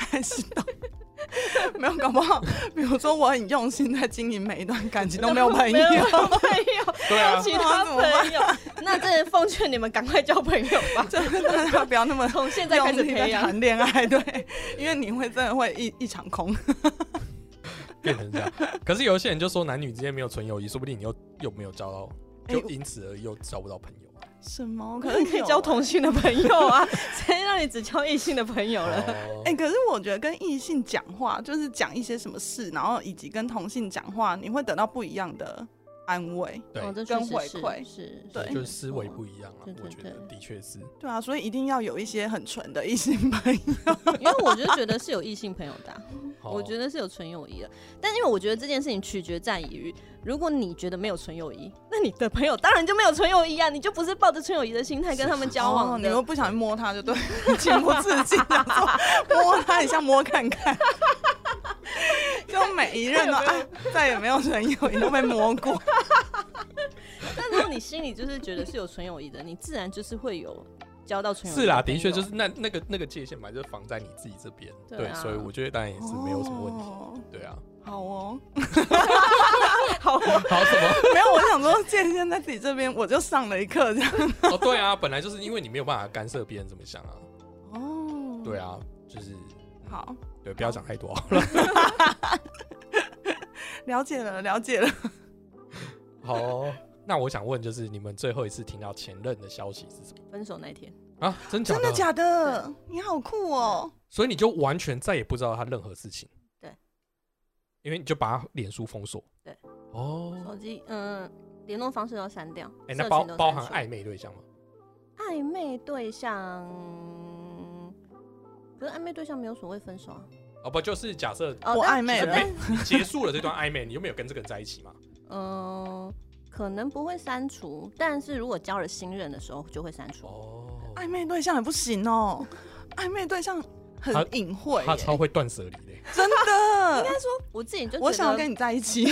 还是懂。 没有，搞不好，比如说我很用心在经营每一段感情，都没有朋友没，有朋友，对啊，其他朋友。那真的奉劝你们赶快交朋友吧，就是大家不 要那么从现在开始用力培在养。谈恋爱，对，因为你会真的会一一场空。变成这样。可是有一些人就说男女之间没有纯友谊，说不定你又又没有交到，哎就我因此而又交不到朋友。什么？可可是是你可以有交同性的朋友啊，谁让你只交异性的朋友了？哦哎、可是我觉得跟异性讲话，就是讲一些什么事，然后以及跟同性讲话，你会得到不一样的安慰。对哦，这确跟实回是馈是，对是就是没思维错不一样啊对，对我觉得对的确是。对啊，所以一定要有一些很纯的异性朋友。因为我就觉得是有异性朋友的 啊、我觉得得是有纯友谊的。但因为我觉得这件事情取决在于，如果你觉得没有纯友谊，那你的朋友当然就没有纯友谊啊，你就不是抱着纯友谊的心态跟他们交哦往你的。又不小心摸他就对，情不自禁的摸他一下摸 看看，就每一任都啊再也没有人有你都被摸过，但如果你心里就是觉得是有纯友谊的，你自然就是会有交到纯友谊。是啦，的确就是。那那个那个界限嘛，就是防在你自己这边。对对，啊所以我觉得当然也是没有什么问题。哦对啊， 好哦，好，好什么？ 没有，我想说界限在自己这边，我就上了一课这样。哦，对啊， 本来就是因为你没有办法干涉别人怎么想啊。嗯哦，对，啊，就是好，对，不要讲太多。了解了，了解了。好哦， 那我想问，就是你们最后一次听到前任的消息是什么分手那天，啊？真假真的假的？你好酷哦！所以你就完全再也不知道他任何事情。对，因为你就把他脸书封锁。对，哦，手机嗯，联络方式都删掉。哎、社那群包都删包含除暧昧对象吗？暧昧对象，可是暧昧对象没有所谓分手啊。哦，不，就是假设哦我但暧昧但了你结束了这段暧昧，你又没有跟这个人在一起 嘛？嗯，可能不会删除，但是如果交了新人的时候就会删除。哦，暧昧对象也不行哦，暧昧对象很他隐晦耶，他超会断舍离的。 真的。应该说我自己就觉得我想要跟你在一 起，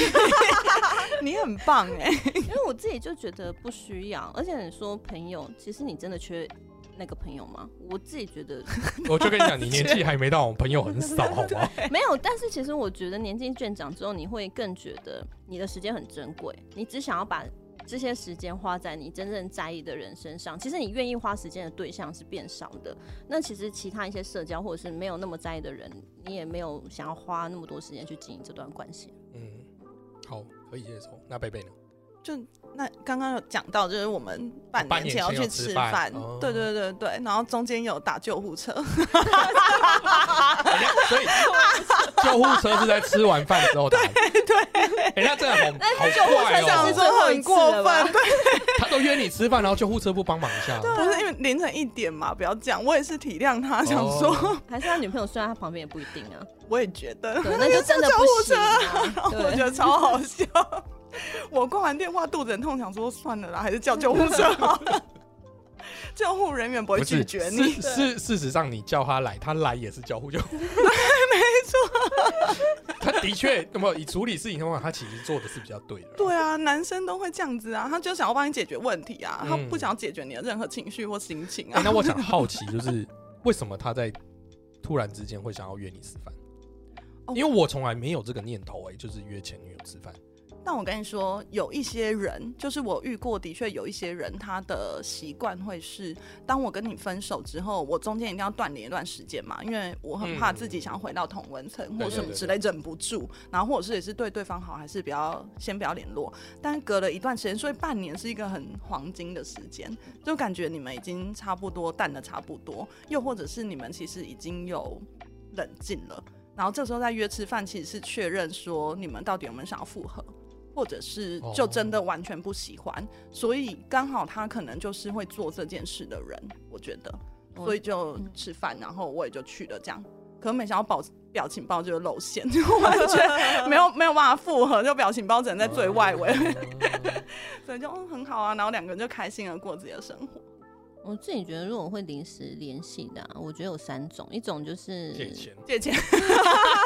你很棒哎、因为我自己就觉得不需要，而且你说朋友，其实你真的缺那个朋友吗？我自己觉得我就跟你讲，你年纪还没到，我朋友很少， 好吗？没有，但是其实我觉得年纪渐长之后，你会更觉得你的时间很珍贵，你只想要把。这些时间花在你真正在意的人身上，其实你愿意花时间的对象是变少的。那其实其他一些社交或者是没有那么在意的人，你也没有想要花那么多时间去经营这段关系。嗯，好，可以接受。那贝贝呢？ 就那刚刚有讲到，就是我们半半年年前要前有去吃吃饭饭哦，对对对对，然后中间有打救护车，哎所 以救护车是在吃完饭之后打。对对，哎，那真的好好车快这样想子哦！说很过最后一次了吧 分，对，他都约你吃饭，然后救护车不帮忙一下，哦 不是因为凌晨一点嘛，不要这样，我也是体谅他，想啊哦说还是他女朋友睡在他旁边也不一定啊。 我也觉得，对，那就真的不行、啊。 我觉对，得超好笑。 我挂完电话肚子很痛，想说算了啦，还是叫救护车好了。 救护人员不会不拒是绝是你，是，事实上你叫他来，他来也是叫呼救。 对，没错。 他的确，那么以处理事情的话，他其实做的是比较对的。对啊，男生都会这样子啊，他就想要帮你解决问题啊，嗯他不想要解决你的任何情绪或心情哎、啊。那我想好奇，就是为什么他在突然之间会想要约你吃饭？哦因为我从来没有这个念头、哎，就是约前女友吃饭。但我跟你说，有一些人，就是我遇过，的确有一些人，他的习惯会是，当我跟你分手之后，我中间一定要断联一段时间嘛，因为我很怕嗯自己想要回到同温层、对或什么之类，忍不住，然后或者是也是对对方好，还是不要先不要联络。但隔了一段时间，所以半年是一个很黄金的时间，就感觉你们已经差不多淡的差不多，又或者是你们其实已经有冷静了。然后这时候再约吃饭，其实是确认说你们到底有没有想要复合，或者是就真的完全不喜欢。所以刚好他可能就是会做这件事的人，我觉得，我嗯所以就吃饭，然后我也就去了这样。可没想到表表情包就露馅， 就完全没有 没有办法复合，就表情包只能在最外围，所以就嗯很好啊，然后两个人就开心的过自己的生活。我自己觉得，如果我会临时联系的、啊，我觉得有三种，一种就是借钱，借钱，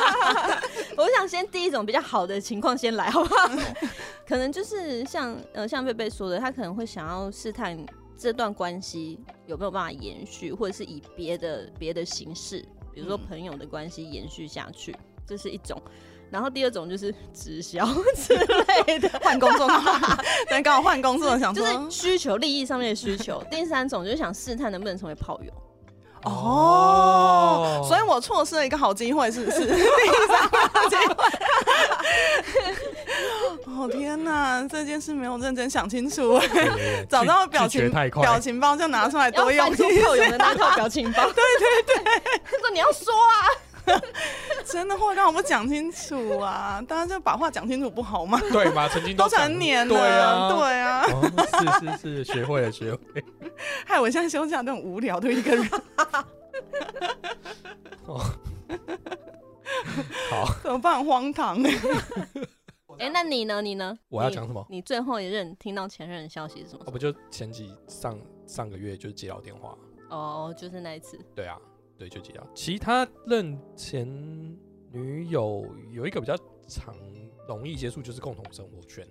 我想先第一种比较好的情况先来，好不好？嗯 可能就是像呃像贝贝说的，他可能会想要试探这段关系有没有办法延续，或者是以别的别的形式，比如说嗯朋友的关系延续下去，这是一种。然后第二种就是直销之类的，换工作的话，对，刚好换工作，想就说嗯是需求利益上面的需 求。第三种就是想试探能不能成为炮友。哦，所以我错失了一个好机会，是 不是？第三个机会。 哦天哪，这件事没有认真想 清楚，对对 对找到拒表拒绝情太快，表情包就拿出要来哎多用翻一出些炮友的那套表情包。对对对，他说你要说啊， 真的话让我不讲清楚啊！大家就把话讲清楚不 好吗？对嘛？曾经都讲成年了，对啊，对啊，哦、是是是，学会了学会了。害我现在休假都很无聊的一 个人，哦好， 怎么办？很 荒唐哎、哎、那你呢？你呢？我要你讲什么？你最后一任听到前任的消息是什么时我哦不就前几上上个月就接到电话，候？哦，就是那一次。对啊，对，就接到。其他任前女友有一个比较常容易接触，就是共同生活圈，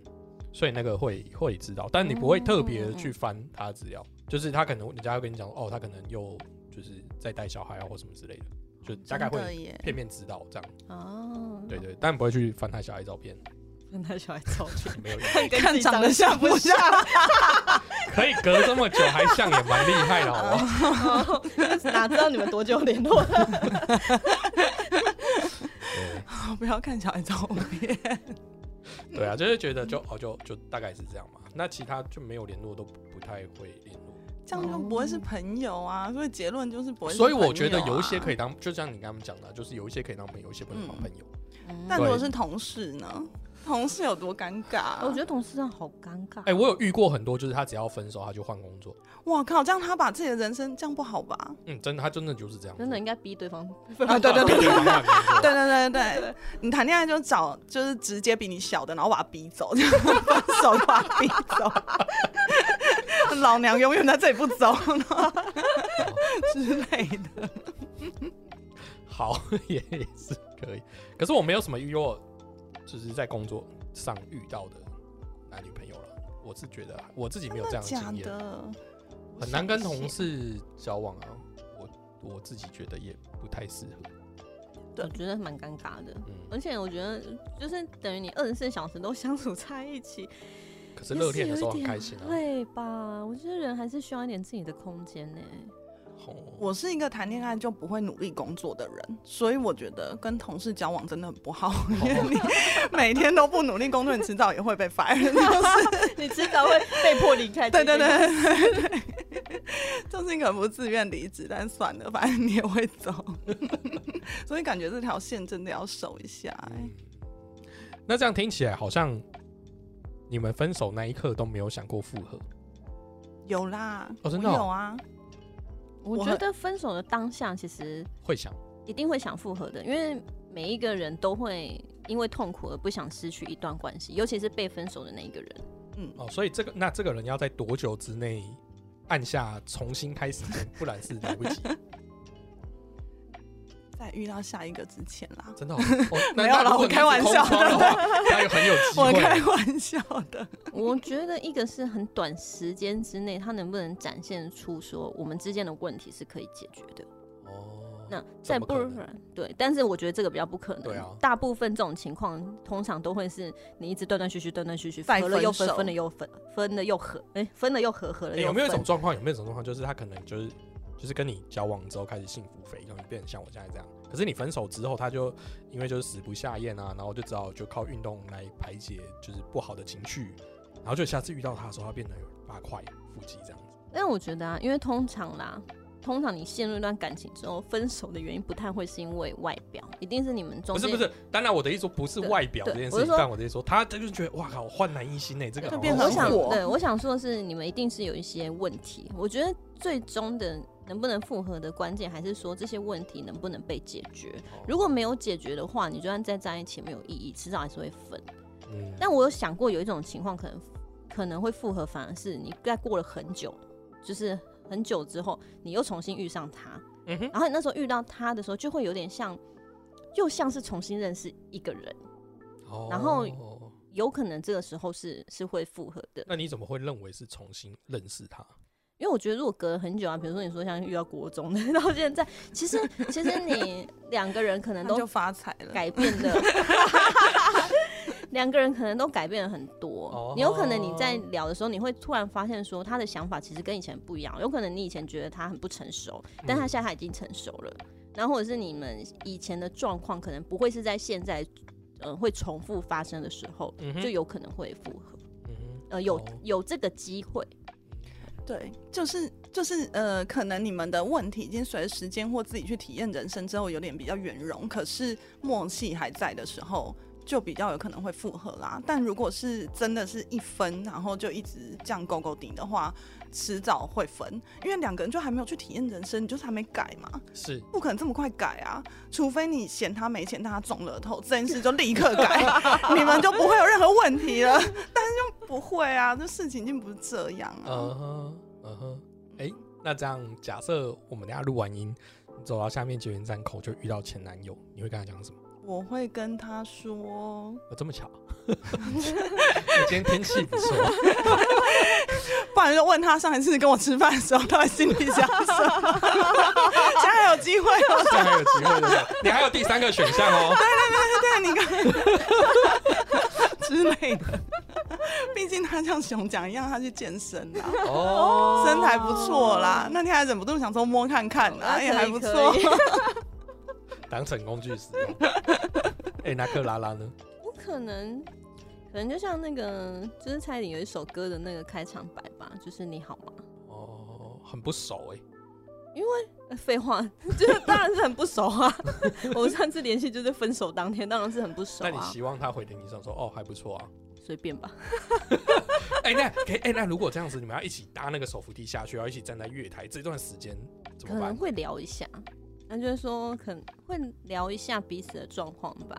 所以那个会会知道，但你不会特别地去翻他的资料，嗯就是他可能人家会跟你讲，哦，他可能又就是在带小孩啊或什么之类的，就大概真的会耶片面知道这样。哦，对，对，但不会去翻他小孩照片，跟他小孩照片，没 有意义。看长得像不像？可以隔这么久还像，也蛮厉害的，好不好？哦 哪知道你们多久联络？对 不要看小孩照 片。对啊，就是觉得就嗯哦就就大概是这样嘛。那其他就没有联络都不太会联络，这样就不会是朋友啊，所以结论就是不会是朋友啊、嗯所以我觉得有一些可以当，就像你刚刚讲的，啊就是有一些可以当朋友，有一些不能当朋友。但如果对是同事呢？同事有多尴尬、啊？我觉得同事真的好尴尬。哎，我有遇过很多，就是他只要分手他就换工作，哇靠，这样他把自己的人生这样不 好吧？嗯，真的他真的就是这样子，真的应该逼对方啊，对对对对 对换工作啊对对对对，你谈恋爱就找就是直接比你小的，然后把他逼走，就分 手就把他逼 走。老娘永远在这里不走然后之类的。好也也是可以。可是我没有什么遇过，就是在工作上遇到的男女朋友了。我是觉得我自己没有这样假经验，的，很难跟同事交往啊。我我自己觉得也不太适合。对我觉得蛮尴尬的。嗯，而且我觉得，就是等于你二十四小时都相处在一起，可啊是热恋的时候很也是有开一心点啊。累吧？我觉得人还是需要一点自己的空间呢、哦，我是一个谈恋爱就不会努力工作的人，所以我觉得跟同事交往真的很不哦好，因为你每天都不努力工作，你迟早也会被 fire 就是。你迟早会被迫离开。对对对，对对对，就是你可能不自愿离职，但算了，反正你也会走，所以感觉这条线真的要守一下、欸。嗯那这样听起来好像你们分手那一刻都没有想过复合，有啦，哦真的哦我有啊，我我觉很得分手的当下其实会想一定会想复合的，因为每一个人都会因为痛苦而不想失去一段关系，尤其是被分手的那一 个人。嗯，哦，所以这个那这个人要在多久之内按下重新开始键，不然是来不及。在遇到下一个之前啦，真的、哦哦那没有啦那如果我你是开玩笑空窗的话，那又很有机 我开会。玩笑的。我觉得一个是很短时间之内，他能不能展现出说我们之间的问题是可以解决的。哦，那再怎么不可能然，对，但是我觉得这个比较不可能。对啊大部分这种情况通常都会是你一直断断续续、断断续续，再合了又分分，手分了又分，分了又合，哎、分了又合，合了欸又分。有没有一种状况？有没有一种状况，就是他可能就是就是跟你交往之后开始幸福肥，然后你变成像我现在这样。可是你分手之后，他就因为就是食不下咽啊，然后就只好就靠运动来排解就是不好的情绪，然后就下次遇到他的时候，他变得有八块腹肌这样子。但我觉得啊，因为通常啦，通常你陷入一段感情之后，分手的原因不太会是因为外表，一定是你们中不是间不是，当然我的意思说不是对外表这对件事我是情，说但我的意思说他他就觉得哇靠，焕然一新呢、这个就好哦变好我成看想火对，我想说的是，你们一定是有一些问题。我觉得最终的能不能复合的关键，还是说这些问题能不能被解决。如果没有解决的话，你就算再在一起没有意义，迟早还是会分。嗯但我有想过有一种情况，可能可能会复合，反而是你在过了很久，就是很久之后，你又重新遇上他，嗯哼，然后你那时候遇到他的时候，就会有点像，又像是重新认识一个人，哦然后有可能这个时候是是会复合的。那你怎么会认为是重新认识他？因为我觉得，如果隔了很久啊，比如说你说像遇到国中的 到现在，其实其实你两个人可能那就都发财了。改变的，两个人可能都改变了很多。哦你有可能你在聊的时候，你会突然发现说他的想法其实跟以前不一样。有可能你以前觉得他很不成熟，但他现在他已经成熟了。然后或者是你们以前的状况，可能不会是在现在，呃，会重复发生的时候，嗯哼就有可能会复合。嗯哼呃，有哦有这个机会。对，就是就是呃，可能你们的问题已经随着时间或自己去体验人生之后有点比较圆融，可是默契还在的时候，就比较有可能会复合啦。但如果是真的是一分，然后就一直这样勾勾顶的话，迟早会分，因为两个人就还没有去体验人生，你就是还没改嘛，是不可能这么快改啊，除非你嫌他没钱，但他中了头，这件事就立刻改，你们就不会有任何问题了。但 是就不会啊，这事情已经不是这样啊。嗯哼，嗯哼，哎，那这样假设我们等下录完音，你走到下面捷运站口就遇到前男友，你会跟他讲什么？我会跟他说，哦、这么巧，你今天天气不错，不然就问他上一次跟我吃饭的时候，他在心里想什么。现在还有机会哦， 这样还有机会对不对？你还有第三个选项哦，对你看 之类的。毕竟他像熊讲一样，他去健身啦，哦，身材不错啦。那天还忍不住想说摸看看哦啦，哎也还不错。当成工具使用。 哎，那克拉拉呢？我可能，可能就像那个，就是蔡依林有一首歌的那个开场白吧，就是你好吗？哦，很不熟哎、呃废话， 就是当然是很不熟啊。 我们上次联系就是分手当天，当然是很不熟那你啊。希望他回给你上说哦还不错啊？随便吧，哎、那可以哎、那如果这样子，你们要一起搭那个手扶梯下去，要一起站在月台，这段时间怎可么能办？会聊一下，那就是说可能会聊一下彼此的状况吧。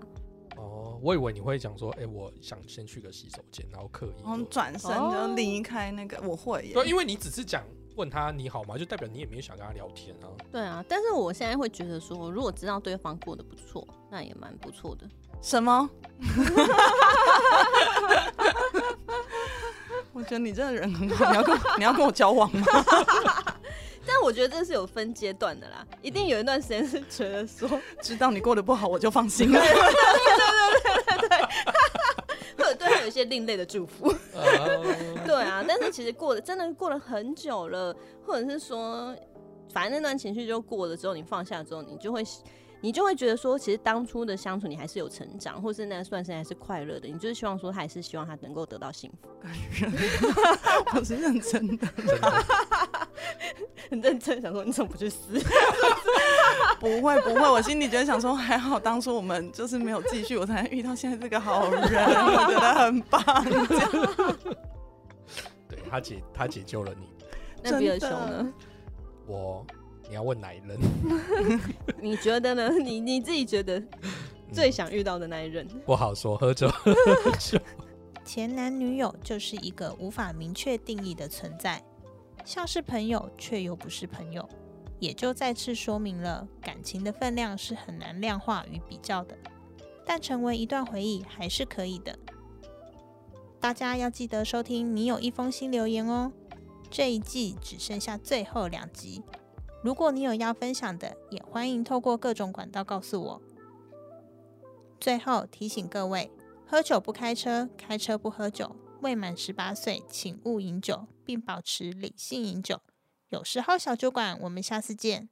哦，我以为你会讲说，哎、我想先去个洗手间，然后刻意然后就。转身就离开那个，我会耶。对，因为你只是讲问他你好吗，就代表你也没有想跟他聊天啊。对啊，但是我现在会觉得说，如果知道对方过得不错，那也蛮不错的。什么？ 我觉得你这个人很好，你要跟我你要跟我交往吗？但我觉得这是有分阶段的啦，一定有一段时间是觉得说，知道你过得不好，我就放心 了。会有 对他有一些另类的祝福。哦对啊，但是其实过了真的过了很久了，或者是说反正那段情绪就过了之后，你放下之后，你就会你就会觉得说，其实当初的相处你还是有成长，或是那段时间还是快乐的。你就是希望说，他还是希望他能够得到幸福。 我是认真的，真的很认真地想说，你怎么不去死？ 不会不会，我心里就会想说，还好当初我们就是没有继续，我才遇到现在这个好人，我觉得很棒。对他解他解救了你，那比尔熊真的 呢？我你要问哪一任？你觉得呢？ 你你自己觉得最想遇到的那一任？嗯不好说，喝酒喝酒。前男女友就是一个无法明确定义的存在，像是朋友却又不是朋友，也就再次说明了感情的分量是很难量化与比较的。但成为一段回忆还是可以的。大家要记得收听《你有一封新留言》哦。这一季只剩下最后两集，如果你有要分享的，也欢迎透过各种管道告诉我。最后提醒各位，喝酒不开车，开车不喝酒。未满十八岁，请勿饮酒，并保持理性饮酒。有时候小酒馆，我们下次见。